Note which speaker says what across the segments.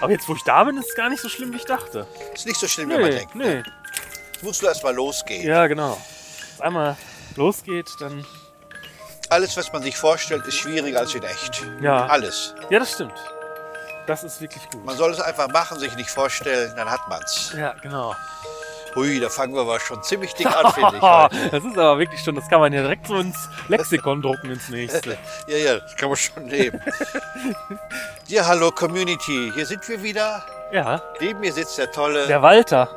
Speaker 1: Aber jetzt, wo ich da bin, ist es gar nicht so schlimm, wie ich dachte.
Speaker 2: Ist nicht so schlimm, wie man
Speaker 1: Nee,
Speaker 2: denkt.
Speaker 1: nee.
Speaker 2: Jetzt musst du erstmal losgehen.
Speaker 1: Ja, genau. Wenn einmal losgeht, dann.
Speaker 2: Alles, was man sich vorstellt, ist schwieriger als in echt.
Speaker 1: Ja.
Speaker 2: Alles.
Speaker 1: Ja, das stimmt. Das ist wirklich gut.
Speaker 2: Man soll es einfach machen, sich nicht vorstellen, dann hat man's.
Speaker 1: Ja, genau.
Speaker 2: Hui, da fangen wir aber schon ziemlich dick an, finde ich.
Speaker 1: Oh,
Speaker 2: heute.
Speaker 1: das ist aber wirklich schon, das kann man ja direkt so ins Lexikon drucken, ins nächste.
Speaker 2: Ja, ja, das kann man schon nehmen. ja, hallo Community, hier sind wir wieder.
Speaker 1: Ja,
Speaker 2: Neben mir sitzt der Tolle
Speaker 1: der Walter.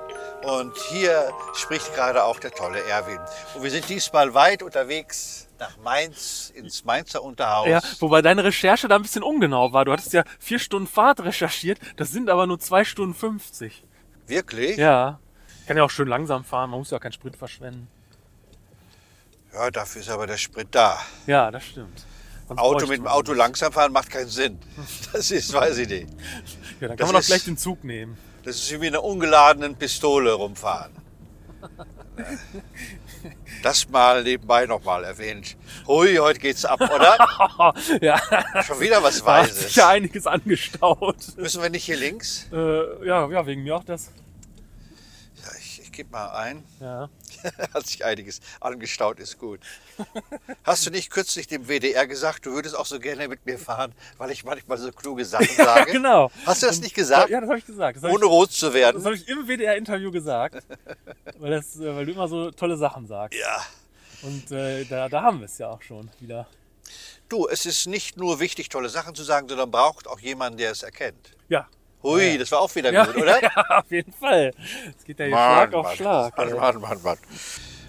Speaker 2: und hier spricht gerade auch der tolle Erwin. Und wir sind diesmal weit unterwegs nach Mainz, ins Mainzer Unterhaus.
Speaker 1: Ja, wobei deine Recherche da ein bisschen ungenau war. Du hattest ja vier Stunden Fahrt recherchiert, das sind aber nur zwei Stunden 50.
Speaker 2: Wirklich?
Speaker 1: Ja. Kann ja auch schön langsam fahren, man muss ja keinen Sprit verschwenden.
Speaker 2: Ja, dafür ist aber der Sprit da.
Speaker 1: Ja, das stimmt. Sonst
Speaker 2: Auto
Speaker 1: bräuchte
Speaker 2: mit dem
Speaker 1: man-
Speaker 2: Auto langsam fahren macht keinen Sinn. Das ist, weiß ich nicht.
Speaker 1: Ja, dann kann
Speaker 2: das
Speaker 1: man doch
Speaker 2: ist-
Speaker 1: gleich den Zug nehmen.
Speaker 2: Das ist wie mit einer ungeladenen Pistole rumfahren. Das mal nebenbei nochmal erwähnt. Hui, heute geht's ab, oder?
Speaker 1: ja,
Speaker 2: Schon wieder was
Speaker 1: da hat sich
Speaker 2: Weises.
Speaker 1: ja einiges angestaut.
Speaker 2: Müssen wir nicht hier links?
Speaker 1: Äh, ja, ja, wegen mir auch das.
Speaker 2: Ja, ich ich gebe mal ein.
Speaker 1: Ja.
Speaker 2: Hat sich einiges angestaut, ist gut. Hast du nicht kürzlich dem WDR gesagt, du würdest auch so gerne mit mir fahren, weil ich manchmal so kluge Sachen
Speaker 1: ja,
Speaker 2: sage?
Speaker 1: genau.
Speaker 2: Hast du das nicht gesagt?
Speaker 1: Ja, das habe ich gesagt. Das hab
Speaker 2: Ohne rot zu
Speaker 1: ich, das
Speaker 2: werden?
Speaker 1: hab ich im WDR-Interview gesagt, weil, das, äh, weil du immer so tolle Sachen sagst.
Speaker 2: Ja.
Speaker 1: Und äh, da, da haben wir es ja auch schon wieder.
Speaker 2: Du, es ist nicht nur wichtig, tolle Sachen zu sagen, sondern braucht auch jemanden, der es erkennt.
Speaker 1: Ja.
Speaker 2: Hui, das war auch wieder
Speaker 1: Ja,
Speaker 2: gut, oder?
Speaker 1: ja, auf jeden Fall. Es geht ja hier Schlag auf Schlag. also.
Speaker 2: Mann,
Speaker 1: ey.
Speaker 2: Mann, Mann, Mann.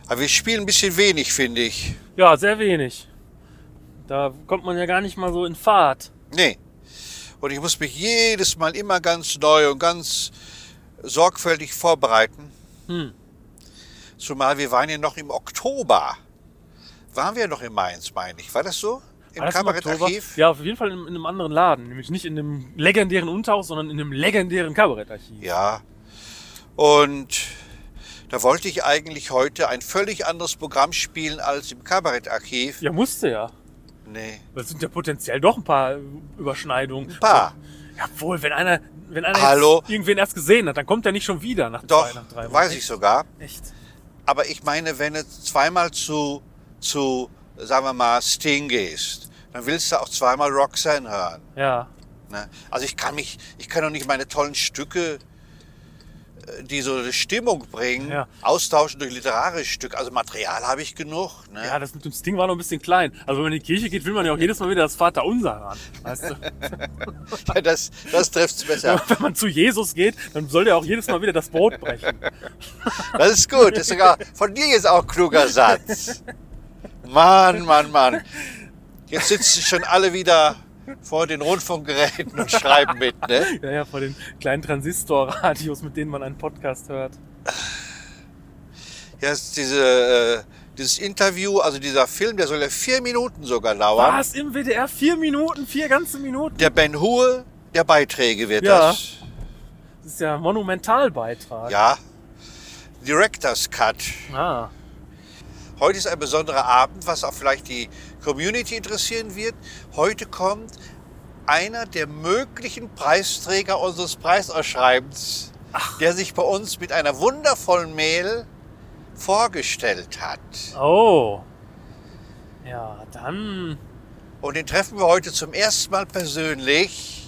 Speaker 2: Aber wir spielen ein bisschen wenig, finde ich.
Speaker 1: Ja, sehr wenig. Da kommt man ja gar nicht mal so in Fahrt.
Speaker 2: Nee. Und ich muss mich jedes Mal immer ganz neu und ganz sorgfältig vorbereiten.
Speaker 1: Hm.
Speaker 2: Zumal wir waren ja noch im Oktober. Waren wir noch in Mainz, meine ich. War das so? Im
Speaker 1: War das
Speaker 2: Kabarettarchiv?
Speaker 1: Oktober? Ja, auf jeden Fall in, in einem anderen Laden. Nämlich nicht in dem legendären Unterhaus, sondern in dem legendären Kabarettarchiv.
Speaker 2: Ja. Und da wollte ich eigentlich heute ein völlig anderes Programm spielen als im Kabarettarchiv.
Speaker 1: Ja, musste ja.
Speaker 2: Nee.
Speaker 1: Weil es sind ja potenziell doch ein paar äh, Überschneidungen.
Speaker 2: Ein paar.
Speaker 1: Ja, wohl, wenn einer, wenn einer
Speaker 2: Hallo?
Speaker 1: jetzt irgendwen erst gesehen hat, dann kommt er nicht schon wieder nach
Speaker 2: Doch,
Speaker 1: zwei, nach drei Wochen.
Speaker 2: weiß ich sogar.
Speaker 1: Echt?
Speaker 2: Aber ich meine, wenn du zweimal zu, zu, sagen wir mal, Sting gehst, dann willst du auch zweimal Roxanne hören.
Speaker 1: Ja.
Speaker 2: Ne? Also ich kann mich, ich kann doch nicht meine tollen Stücke, äh, die so eine Stimmung bringen,
Speaker 1: Ja.
Speaker 2: austauschen durch literarische Stücke. Also Material habe ich genug. Ne?
Speaker 1: Ja, das mit dem Sting war noch ein bisschen klein. Also wenn man in die Kirche geht, will man ja auch jedes Mal wieder das Vaterunser hören. Weißt du?
Speaker 2: das, das trifft's besser.
Speaker 1: Wenn man zu Jesus geht, dann soll der auch jedes Mal wieder das Brot brechen.
Speaker 2: Das ist gut. Das ist sogar von dir jetzt auch ein kluger Satz. Mann, Mann, Mann. Jetzt sitzen schon alle wieder vor den Rundfunkgeräten und schreiben mit, ne?
Speaker 1: Ja, ja, vor den kleinen Transistorradios, mit denen man einen Podcast hört.
Speaker 2: Ja, es ist diese, äh, dieses Interview, also dieser Film, der soll ja vier Minuten sogar dauern.
Speaker 1: Was? Im WDR? Vier Minuten? Vier ganze Minuten?
Speaker 2: Der Ben Hur der Beiträge wird
Speaker 1: Ja.
Speaker 2: das.
Speaker 1: Das ist ja ein Monumentalbeitrag.
Speaker 2: Ja. Director's Cut.
Speaker 1: Ah.
Speaker 2: Heute ist ein besonderer Abend, was auch vielleicht die Community interessieren wird. Heute kommt einer der möglichen Preisträger unseres Preisausschreibens, der sich bei uns mit einer wundervollen Mail vorgestellt hat.
Speaker 1: Oh. Ja, dann.
Speaker 2: Und den treffen wir heute zum ersten Mal persönlich.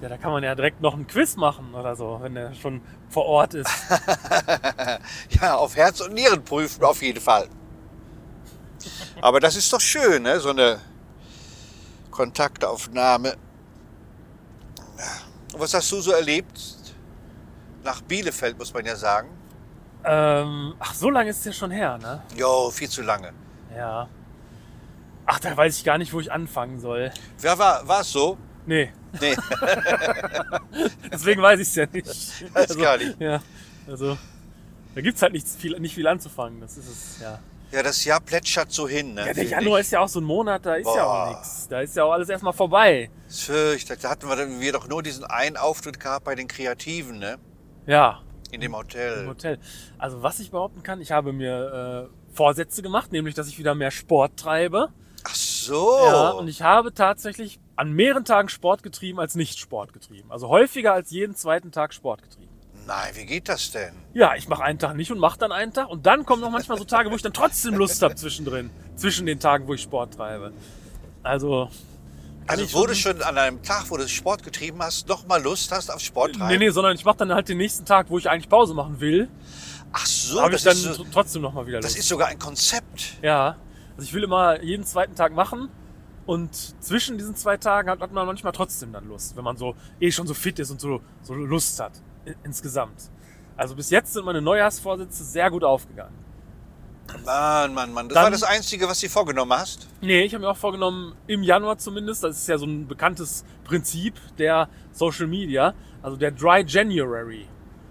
Speaker 1: Ja, da kann man ja direkt noch ein Quiz machen oder so, wenn er schon vor Ort ist.
Speaker 2: Ja, auf Herz und Nieren prüfen, auf jeden Fall. Aber das ist doch schön, ne? so eine Kontaktaufnahme. Und was hast du so erlebt? Nach Bielefeld, muss man ja sagen.
Speaker 1: ähm, ach, so lange ist es ja schon her, ne?
Speaker 2: Jo, viel zu lange.
Speaker 1: Ja. Ach, da weiß ich gar nicht, wo ich anfangen soll.
Speaker 2: Wer war, war es so?
Speaker 1: Nee,
Speaker 2: Nee,
Speaker 1: deswegen weiß ich es ja nicht.
Speaker 2: Weiß gar nicht.
Speaker 1: Ja, also da gibt's halt nichts viel, nicht viel anzufangen. Das ist es, ja.
Speaker 2: ja, das Jahr plätschert so hin. Ne?
Speaker 1: ja der
Speaker 2: finde
Speaker 1: Januar
Speaker 2: ich.
Speaker 1: ist ja auch so ein Monat, da ist ja auch
Speaker 2: Boah.
Speaker 1: nichts. Da ist ja auch alles erstmal vorbei.
Speaker 2: Das fürchtet. Da hatten wir, dann- wir doch nur diesen einen Auftritt gehabt bei den Kreativen, ne?
Speaker 1: Ja,
Speaker 2: In dem Hotel.
Speaker 1: Mhm. im Hotel. Also was ich behaupten kann, ich habe mir äh, Vorsätze gemacht, nämlich dass ich wieder mehr Sport treibe.
Speaker 2: Ach so.
Speaker 1: Ja, und ich habe tatsächlich an mehreren Tagen Sport getrieben als nicht Sport getrieben. Also häufiger als jeden zweiten Tag Sport getrieben.
Speaker 2: Nein, wie geht das denn?
Speaker 1: Ja, ich mache einen Tag nicht und mache dann einen Tag und dann kommen noch manchmal so Tage, wo ich dann trotzdem Lust habe zwischendrin, zwischen den Tagen, wo ich Sport treibe. Also
Speaker 2: Also
Speaker 1: ich
Speaker 2: wo du schon an einem Tag, wo du Sport getrieben hast, noch mal Lust hast auf Sport treiben?
Speaker 1: nee, nee, sondern ich mache dann halt den nächsten Tag, wo ich eigentlich Pause machen will,
Speaker 2: Ach so,
Speaker 1: habe ich
Speaker 2: das,
Speaker 1: dann
Speaker 2: ist so,
Speaker 1: tr- trotzdem noch mal wieder
Speaker 2: das
Speaker 1: Lust.
Speaker 2: ist sogar ein Konzept.
Speaker 1: Ja, also ich will immer jeden zweiten Tag machen und zwischen diesen zwei Tagen hat, hat man manchmal trotzdem dann Lust, wenn man so eh schon so fit ist und so, so Lust hat i- insgesamt. Also bis jetzt sind meine Neujahrsvorsätze sehr gut aufgegangen.
Speaker 2: Mann, Mann, Mann. Das
Speaker 1: Dann-
Speaker 2: war das Einzige, was du dir vorgenommen hast.
Speaker 1: Nee, ich habe mir auch vorgenommen, im Januar zumindest, das ist ja so ein bekanntes Prinzip der Social Media, also der Dry January.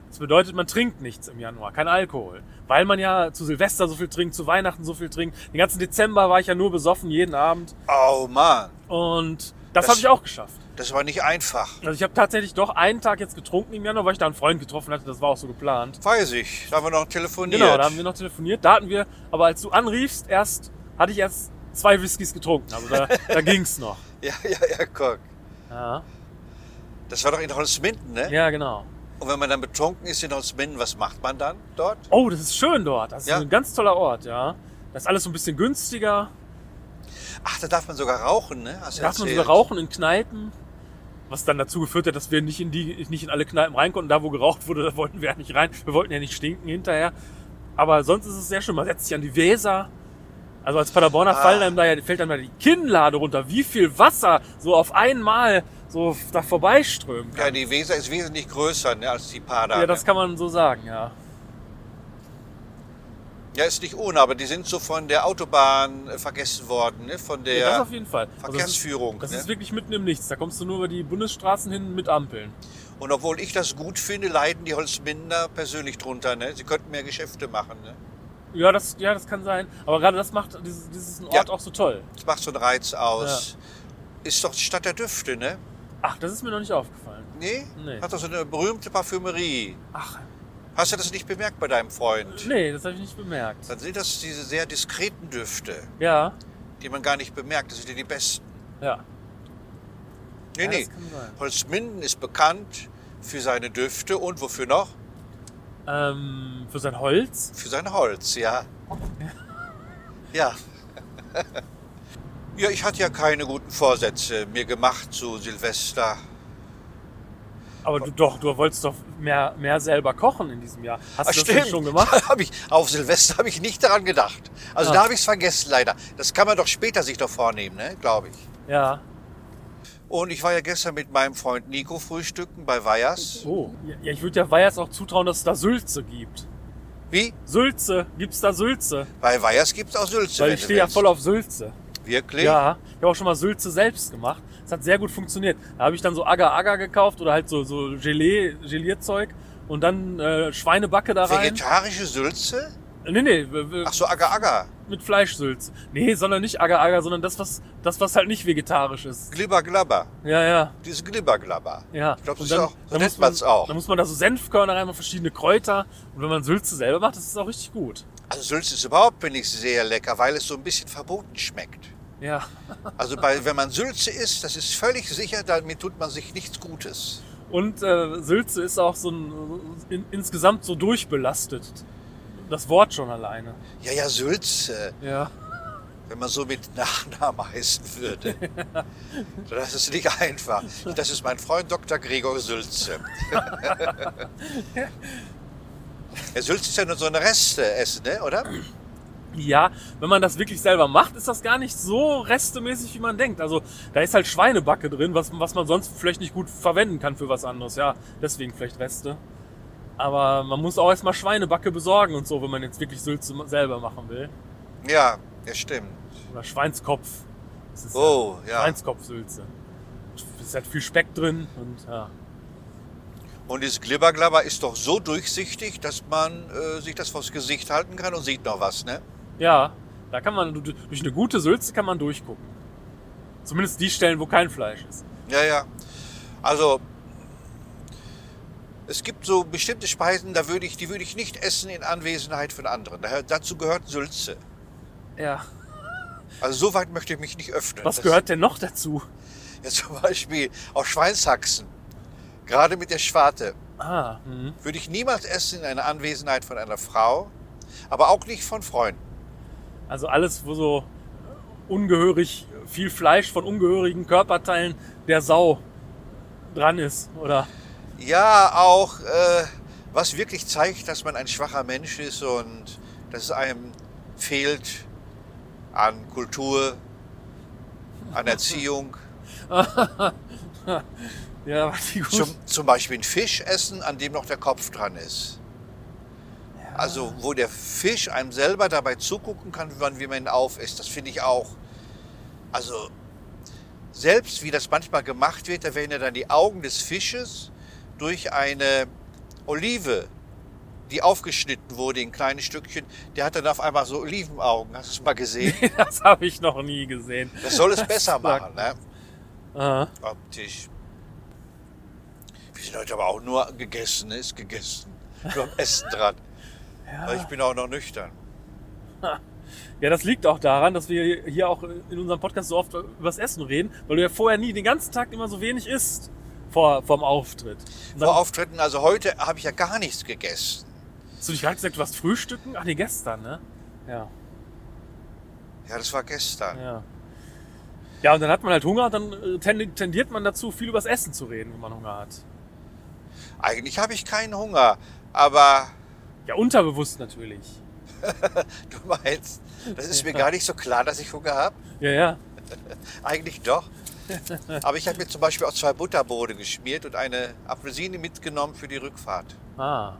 Speaker 1: Das bedeutet, man trinkt nichts im Januar, kein Alkohol. Weil man ja zu Silvester so viel trinkt, zu Weihnachten so viel trinkt. Den ganzen Dezember war ich ja nur besoffen, jeden Abend.
Speaker 2: Oh Mann,
Speaker 1: Und das,
Speaker 2: Das-
Speaker 1: habe ich auch geschafft.
Speaker 2: das war nicht einfach.
Speaker 1: Also ich habe tatsächlich doch einen Tag jetzt getrunken im Januar, weil ich da einen Freund getroffen hatte, das war auch so geplant.
Speaker 2: Weiß ich. Da haben wir noch telefoniert.
Speaker 1: Genau, da haben wir noch telefoniert. Da hatten wir, aber als du anriefst, erst hatte ich erst zwei Whiskys getrunken. Also da, da ging's noch.
Speaker 2: ja, ja, ja, guck.
Speaker 1: Ja,
Speaker 2: Das war doch in Holzminden, ne?
Speaker 1: ja, genau.
Speaker 2: Und wenn man dann betrunken ist in Holzminden, was macht man dann dort?
Speaker 1: Oh, das ist schön dort. Das ist
Speaker 2: Ja.
Speaker 1: ein ganz toller Ort, ja. Das ist alles so ein bisschen günstiger.
Speaker 2: Ach, da darf man sogar rauchen, ne? Hast du
Speaker 1: Da darf man
Speaker 2: erzählt.
Speaker 1: sogar rauchen in Kneipen. Was dann dazu geführt hat, dass wir nicht in die, nicht in alle Kneipen rein konnten. Da, wo geraucht wurde, da wollten wir ja nicht rein. Wir wollten ja nicht stinken hinterher. Aber sonst ist es sehr schön. Man setzt sich an die Weser. Also als Paderborner
Speaker 2: Ah.
Speaker 1: fallen einem da ja, fällt einem da die Kinnlade runter. Wie viel Wasser so auf einmal so da vorbeiströmen
Speaker 2: Ja,
Speaker 1: kann.
Speaker 2: die Weser ist wesentlich größer ne, als die
Speaker 1: Ja,
Speaker 2: Pader.
Speaker 1: das
Speaker 2: ne?
Speaker 1: kann man so sagen, ja.
Speaker 2: ja, ist nicht ohne, aber die sind so von der Autobahn äh, vergessen worden, ne? von der
Speaker 1: ja das auf jeden Fall. Also das ist-
Speaker 2: Verkehrsführung.
Speaker 1: Das
Speaker 2: ne?
Speaker 1: ist wirklich mitten im Nichts. Da kommst du nur über die Bundesstraßen hin mit Ampeln.
Speaker 2: Und obwohl ich das gut finde, leiden die Holzminder persönlich drunter. Ne? Sie könnten mehr Geschäfte machen. Ne?
Speaker 1: Ja, das, ja, das kann sein. Aber gerade das macht dieses, diesen Ort
Speaker 2: Ja.
Speaker 1: auch so toll.
Speaker 2: Das macht so einen Reiz aus. Ist doch die Stadt der Düfte, ne?
Speaker 1: Ach, das ist mir noch nicht aufgefallen.
Speaker 2: Nee?
Speaker 1: Nee.
Speaker 2: Hat doch so eine berühmte Parfümerie.
Speaker 1: Ach,
Speaker 2: Hast du das nicht bemerkt bei deinem Freund?
Speaker 1: nee, das habe ich nicht bemerkt.
Speaker 2: Dann sind das diese sehr diskreten Düfte,
Speaker 1: Ja,
Speaker 2: die man gar nicht bemerkt. Das sind ja die besten.
Speaker 1: ja.
Speaker 2: Nee,
Speaker 1: ja,
Speaker 2: nee.
Speaker 1: Das kann sein.
Speaker 2: Holzminden ist bekannt für seine Düfte und wofür noch?
Speaker 1: Ähm, für sein Holz?
Speaker 2: Für sein Holz, ja. Ja. Ja, ich hatte ja keine guten Vorsätze mir gemacht zu Silvester.
Speaker 1: Aber du doch, du wolltest doch mehr, mehr selber kochen in diesem Jahr. Hast
Speaker 2: Ah,
Speaker 1: du das denn schon gemacht?
Speaker 2: Da hab ich, auf Silvester habe ich nicht daran gedacht. Also
Speaker 1: Ah.
Speaker 2: da habe ich es vergessen leider. Das kann man doch später sich doch vornehmen, ne? glaube ich.
Speaker 1: Ja.
Speaker 2: Und ich war ja gestern mit meinem Freund Nico frühstücken bei Weihers.
Speaker 1: Oh. Ja, ich würde ja Weyers auch zutrauen, dass es da Sülze gibt.
Speaker 2: Wie?
Speaker 1: Sülze, gibt's da Sülze?
Speaker 2: Bei Weihers gibt es auch Sülze.
Speaker 1: Weil
Speaker 2: wenn
Speaker 1: ich
Speaker 2: du
Speaker 1: stehe ja
Speaker 2: willst.
Speaker 1: voll auf Sülze.
Speaker 2: Wirklich?
Speaker 1: Ja, ich habe auch schon mal Sülze selbst gemacht. Das hat sehr gut funktioniert. Da habe ich dann so Agar-Agar gekauft oder halt so, so Gelee, Gelierzeug und dann äh, Schweinebacke da rein.
Speaker 2: Vegetarische Sülze?
Speaker 1: Nee, nee, w- w-
Speaker 2: Ach so, Agar Agar.
Speaker 1: mit Fleischsülze. Nee, sondern nicht Agar-Agar, sondern das was, das, was halt nicht vegetarisch ist.
Speaker 2: Glibber Glabber.
Speaker 1: Ja, ja,
Speaker 2: Dieses Glibber Glabber.
Speaker 1: ja.
Speaker 2: Ich glaube, das
Speaker 1: Und
Speaker 2: ist auch, so
Speaker 1: dann
Speaker 2: nennt
Speaker 1: muss
Speaker 2: man es auch.
Speaker 1: Da muss man da so Senfkörner rein, und verschiedene Kräuter. Und wenn man Sülze selber macht, das ist auch richtig gut.
Speaker 2: Also Sülze ist überhaupt, finde ich, sehr lecker, weil es so ein bisschen verboten schmeckt.
Speaker 1: Ja.
Speaker 2: Also bei, wenn man Sülze isst, das ist völlig sicher, damit tut man sich nichts Gutes.
Speaker 1: Und äh, Sülze ist auch so ein, in, insgesamt so durchbelastet. Das Wort schon alleine.
Speaker 2: Ja, ja, Sülze,
Speaker 1: Ja.
Speaker 2: wenn man so mit Nachnamen heißen würde. Das ist nicht einfach. Das ist mein Freund Dr. Gregor Sülze. ja, Sülze ist ja nur so ein Resteessen, ne? oder?
Speaker 1: Ja, wenn man das wirklich selber macht, ist das gar nicht so restemäßig, wie man denkt. Also da ist halt Schweinebacke drin, was, was man sonst vielleicht nicht gut verwenden kann für was anderes. Ja, deswegen vielleicht Reste. Aber man muss auch erstmal Schweinebacke besorgen und so, wenn man jetzt wirklich Sülze ma- selber machen will.
Speaker 2: Ja, ja, stimmt.
Speaker 1: Oder Schweinskopf. Das ist
Speaker 2: Oh,
Speaker 1: ja.
Speaker 2: ja.
Speaker 1: Schweinskopfsülze. Es hat viel Speck drin und ja.
Speaker 2: Und dieses Glibberglabber ist doch so durchsichtig, dass man äh, sich das vors Gesicht halten kann und sieht noch was, ne?
Speaker 1: Ja, da kann man, du- durch eine gute Sülze kann man durchgucken. Zumindest die Stellen, wo kein Fleisch ist.
Speaker 2: Ja, ja. Also es gibt so bestimmte Speisen, da würde ich, die würde ich nicht essen in Anwesenheit von anderen. Daher, dazu gehört Sülze.
Speaker 1: Ja.
Speaker 2: Also so weit möchte ich mich nicht öffnen.
Speaker 1: Was
Speaker 2: Das-
Speaker 1: gehört denn noch dazu?
Speaker 2: Ja, zum Beispiel auch Schweinshaxen. Gerade mit der Schwarte.
Speaker 1: Ah, mhm.
Speaker 2: Würde ich niemals essen in einer Anwesenheit von einer Frau, aber auch nicht von Freunden.
Speaker 1: also alles, wo so ungehörig viel Fleisch von ungehörigen Körperteilen der Sau dran ist, oder?
Speaker 2: Ja, auch äh, was wirklich zeigt, dass man ein schwacher Mensch ist und dass es einem fehlt an Kultur, an Erziehung.
Speaker 1: Ja, war die gut.
Speaker 2: Zum, zum Beispiel ein Fisch essen, an dem noch der Kopf dran ist. Also wo der Fisch einem selber dabei zugucken kann, wie man, wie man ihn aufisst. Das finde ich auch. Also selbst wie das manchmal gemacht wird, da werden ja dann die Augen des Fisches durch eine Olive, die aufgeschnitten wurde in kleine Stückchen, der hat dann auf einmal so Olivenaugen. Hast du es mal gesehen?
Speaker 1: das habe ich noch nie gesehen.
Speaker 2: Das soll es besser machen, ne?
Speaker 1: Aha.
Speaker 2: optisch. Wir sind heute aber auch nur gegessen, ne? ist gegessen. Nur am Essen dran. Weil ich bin auch noch nüchtern.
Speaker 1: Ja, das liegt auch daran, dass wir hier auch in unserem Podcast so oft übers Essen reden, weil du ja vorher nie den ganzen Tag immer so wenig isst vor, vorm Auftritt. Und dann
Speaker 2: Vor Auftritten, also heute habe ich ja gar nichts gegessen.
Speaker 1: hast du dich gerade gesagt, du warst frühstücken? Ach nee, gestern, ne? Ja,
Speaker 2: Ja, das war gestern.
Speaker 1: ja. Ja, und dann hat man halt Hunger, dann äh, tendi- tendiert man dazu, viel übers Essen zu reden, wenn man Hunger hat.
Speaker 2: Eigentlich habe ich keinen Hunger, aber
Speaker 1: Ja, unterbewusst natürlich.
Speaker 2: du meinst, das ist mir gar nicht so klar, dass ich Hunger habe.
Speaker 1: Ja, ja.
Speaker 2: Eigentlich doch. Aber ich habe mir zum Beispiel auch zwei Butterbohnen geschmiert und eine Apfelsine mitgenommen für die Rückfahrt.
Speaker 1: Ah.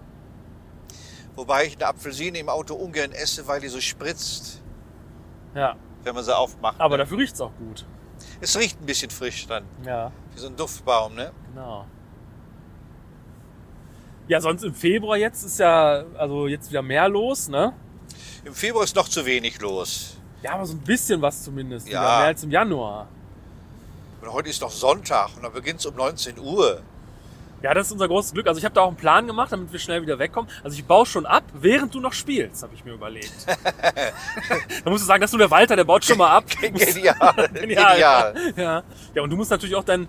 Speaker 2: Wobei ich eine Apfelsine im Auto ungern esse, weil die so spritzt,
Speaker 1: Ja.
Speaker 2: wenn man sie aufmacht.
Speaker 1: Aber dafür riecht's auch gut.
Speaker 2: Es riecht ein bisschen frisch dann.
Speaker 1: Ja,
Speaker 2: Wie so ein Duftbaum, ne?
Speaker 1: genau. Ja, sonst im Februar jetzt ist ja, also jetzt wieder mehr los, ne?
Speaker 2: Im Februar ist noch zu wenig los.
Speaker 1: Ja, aber so ein bisschen was zumindest.
Speaker 2: Ja.
Speaker 1: Ja. Mehr als im Januar.
Speaker 2: Und heute ist noch Sonntag und dann beginnt es um 19 Uhr.
Speaker 1: Ja, das ist unser großes Glück. Also ich habe da auch einen Plan gemacht, damit wir schnell wieder wegkommen. Also ich baue schon ab, während du noch spielst, habe ich mir überlegt. da musst du sagen, das ist nur der Walter, der baut schon mal ab.
Speaker 2: Genial,
Speaker 1: Genial.
Speaker 2: genial.
Speaker 1: Ja. ja, und du musst natürlich auch dein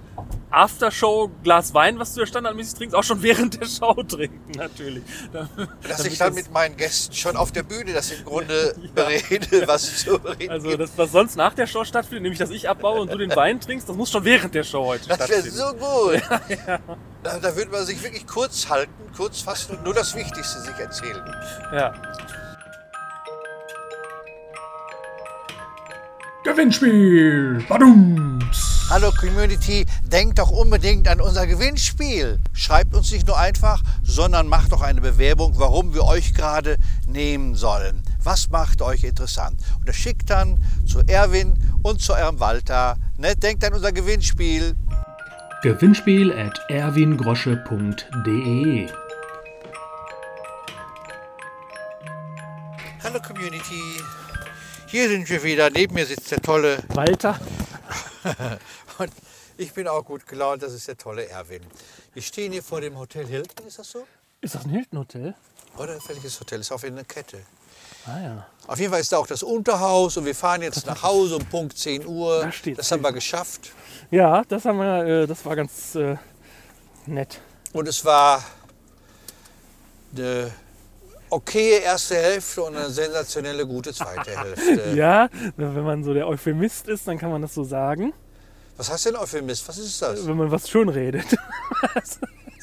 Speaker 1: Aftershow-Glas Wein, was du ja standardmäßig trinkst, auch schon während der Show trinken, natürlich. Da-
Speaker 2: Dass
Speaker 1: damit
Speaker 2: ich dann
Speaker 1: das-
Speaker 2: mit meinen Gästen schon auf der Bühne das im Grunde berede, was zu reden
Speaker 1: Also
Speaker 2: gibt.
Speaker 1: das, was sonst nach der Show stattfindet, nämlich dass ich abbaue und du den Wein trinkst, das muss schon während der Show heute
Speaker 2: Das wäre
Speaker 1: stattfinden.
Speaker 2: so gut. Da, da würde man sich wirklich kurz halten, kurz fassen und nur das Wichtigste sich erzählen.
Speaker 1: Ja.
Speaker 3: Gewinnspiel! Badums!
Speaker 2: Hallo Community, denkt doch unbedingt an unser Gewinnspiel. Schreibt uns nicht nur einfach, sondern macht doch eine Bewerbung, warum wir euch gerade nehmen sollen. Was macht euch interessant? Und das schickt dann zu Erwin und zu eurem Walter. Ne? Denkt an unser Gewinnspiel.
Speaker 3: Gewinnspiel at erwingrosche.de
Speaker 2: Hallo Community, hier sind wir wieder. Neben mir sitzt der tolle
Speaker 1: Walter.
Speaker 2: und ich bin auch gut gelaunt. Das ist der tolle Erwin. Wir stehen hier vor dem Hotel Hilton, ist das so?
Speaker 1: Ist das ein Hilton-Hotel?
Speaker 2: Oder welches Hotel? Ist auf einer Kette.
Speaker 1: Ah ja.
Speaker 2: Auf jeden Fall ist da auch das Unterhaus und wir fahren jetzt nach Hause um Punkt 10 Uhr.
Speaker 1: Da steht's.
Speaker 2: das haben wir geschafft.
Speaker 1: Ja, das haben wir, äh, das war ganz äh, nett.
Speaker 2: Und es war eine okaye erste Hälfte und eine sensationelle gute zweite Hälfte.
Speaker 1: Ja, wenn man so der Euphemist ist, dann kann man das so sagen,
Speaker 2: Was heißt denn Euphemist? Was ist das?
Speaker 1: wenn man was schön redet.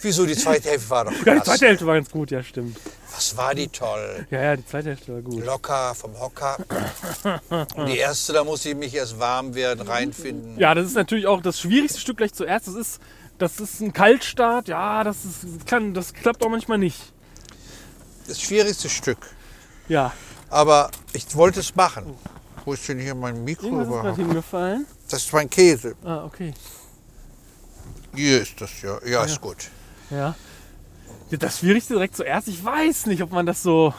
Speaker 2: Wieso die zweite Hälfte war doch
Speaker 1: Ja, die
Speaker 2: krass?
Speaker 1: zweite Hälfte war ganz gut, ja stimmt.
Speaker 2: Was war die toll?
Speaker 1: Ja, ja, die zweite Hälfte war gut.
Speaker 2: Locker vom Hocker. Und die erste, da muss ich mich erst warm werden, reinfinden.
Speaker 1: Ja, das ist natürlich auch das schwierigste Stück gleich zuerst. Das ist, das ist ein Kaltstart. Ja, das, ist, das kann, das klappt auch manchmal nicht.
Speaker 2: Das schwierigste Stück.
Speaker 1: Ja,
Speaker 2: Aber ich wollte es machen. Wo ist denn hier mein Mikro
Speaker 1: irgendwas ist gerade
Speaker 2: überhaupt?
Speaker 1: hingefallen.
Speaker 2: Das ist mein Käse.
Speaker 1: Ah, okay.
Speaker 2: Hier ist das ja. Ja, ist gut.
Speaker 1: Ja. Ja, Das Schwierigste direkt zuerst. Ich weiß nicht, ob man das so.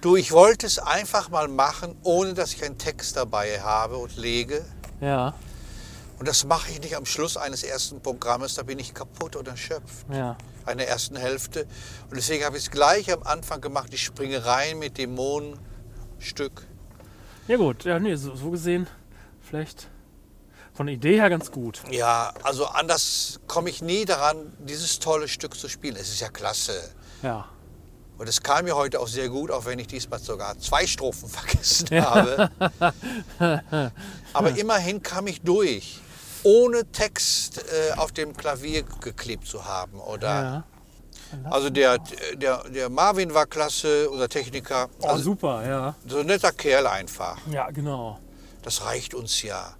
Speaker 2: Du, ich wollte es einfach mal machen, ohne dass ich einen Text dabei habe und lege.
Speaker 1: Ja,
Speaker 2: Und das mache ich nicht am Schluss eines ersten Programmes, da bin ich kaputt und erschöpft.
Speaker 1: ja.
Speaker 2: Einer ersten Hälfte. Und deswegen habe ich es gleich am Anfang gemacht. Ich springe rein mit Dämonenstück.
Speaker 1: Ja, gut. Ja, nee, so, so gesehen. Vielleicht. Von der Idee her ganz gut.
Speaker 2: Ja, also anders komme ich nie daran, dieses tolle Stück zu spielen. Es ist ja klasse.
Speaker 1: Ja.
Speaker 2: Und es kam mir heute auch sehr gut, auch wenn ich diesmal sogar zwei Strophen vergessen habe. Aber immerhin kam ich durch, ohne Text äh, auf dem Klavier geklebt zu haben. Oder?
Speaker 1: ja.
Speaker 2: Also der, der, der Marvin war klasse, unser Techniker.
Speaker 1: Oh,
Speaker 2: Also
Speaker 1: super, ja.
Speaker 2: so ein netter Kerl einfach.
Speaker 1: Ja, genau.
Speaker 2: Das reicht uns ja.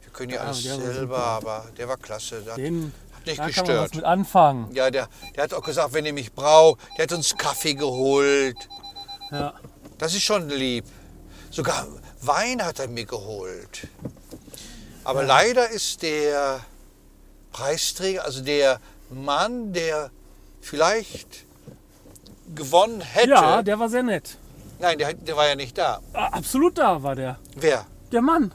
Speaker 2: Wir können ja,
Speaker 1: Ja,
Speaker 2: alles
Speaker 1: der war
Speaker 2: selber,
Speaker 1: super.
Speaker 2: aber der war klasse. Der hat,
Speaker 1: Den
Speaker 2: hat nicht
Speaker 1: da kann man was
Speaker 2: gestört.
Speaker 1: mit anfangen.
Speaker 2: Ja, der, der hat auch gesagt, wenn ihr mich braucht, der hat uns Kaffee geholt.
Speaker 1: Ja.
Speaker 2: Das ist schon lieb. Sogar Wein hat er mir geholt. Aber leider ist der Preisträger, also der Mann, der vielleicht gewonnen hätte.
Speaker 1: ja, der war sehr nett.
Speaker 2: Nein, der, der war ja nicht da.
Speaker 1: Ah, Absolut da war der.
Speaker 2: Wer?
Speaker 1: Der Mann.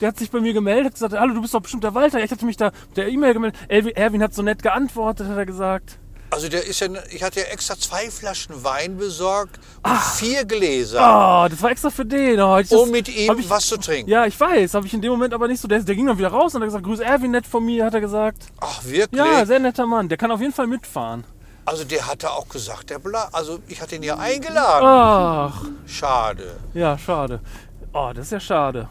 Speaker 1: Der hat sich bei mir gemeldet, hat gesagt, hallo, du bist doch bestimmt der Walter. Ja, Ich hatte mich da mit der E-Mail gemeldet. Elvi- Erwin hat so nett geantwortet, hat er gesagt.
Speaker 2: Also der ist ja, ich hatte ja extra zwei Flaschen Wein besorgt und
Speaker 1: Ah.
Speaker 2: vier Gläser,
Speaker 1: Oh, das war extra für den. Oh, ich
Speaker 2: um mit ihm
Speaker 1: hab ich-
Speaker 2: was zu trinken.
Speaker 1: Ja, ich weiß, habe ich in dem Moment aber nicht so. Der, der ging dann wieder raus und hat gesagt, grüß Erwin nett von mir, hat er gesagt.
Speaker 2: Ach, wirklich?
Speaker 1: Ja, sehr netter Mann. Der kann auf jeden Fall mitfahren.
Speaker 2: Also der hatte auch gesagt, der bla also ich hatte ihn ja eingeladen.
Speaker 1: Ah. Ach,
Speaker 2: Schade.
Speaker 1: ja, schade. Oh, das ist ja schade.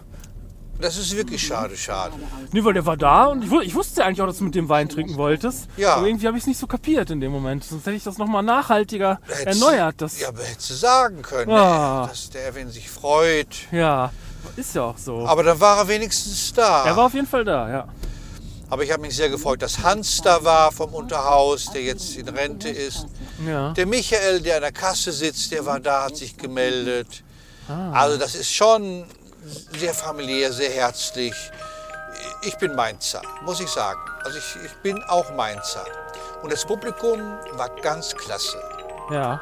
Speaker 2: Das ist wirklich schade, schade.
Speaker 1: Nee, weil der war da und ich, wu- ich wusste ja eigentlich auch, dass du mit dem Wein trinken wolltest.
Speaker 2: Ja.
Speaker 1: Aber irgendwie habe ich es nicht so kapiert in dem Moment. Sonst hätte ich das nochmal nachhaltiger
Speaker 2: Hättest-
Speaker 1: erneuert. Das,
Speaker 2: Ja, aber hättest du sagen können,
Speaker 1: Ah.
Speaker 2: dass der Erwin sich freut.
Speaker 1: ja, ist ja auch so.
Speaker 2: Aber dann war er wenigstens da.
Speaker 1: er war auf jeden Fall da, ja.
Speaker 2: aber ich habe mich sehr gefreut, dass Hans da war vom Unterhaus, der jetzt in Rente ist.
Speaker 1: Ja,
Speaker 2: Der Michael, der an der Kasse sitzt, der war da, hat sich gemeldet.
Speaker 1: Ah.
Speaker 2: Also das ist schon sehr familiär, sehr herzlich. Ich bin Mainzer, muss ich sagen. Also ich, ich bin auch Mainzer. Und das Publikum war ganz klasse.
Speaker 1: ja.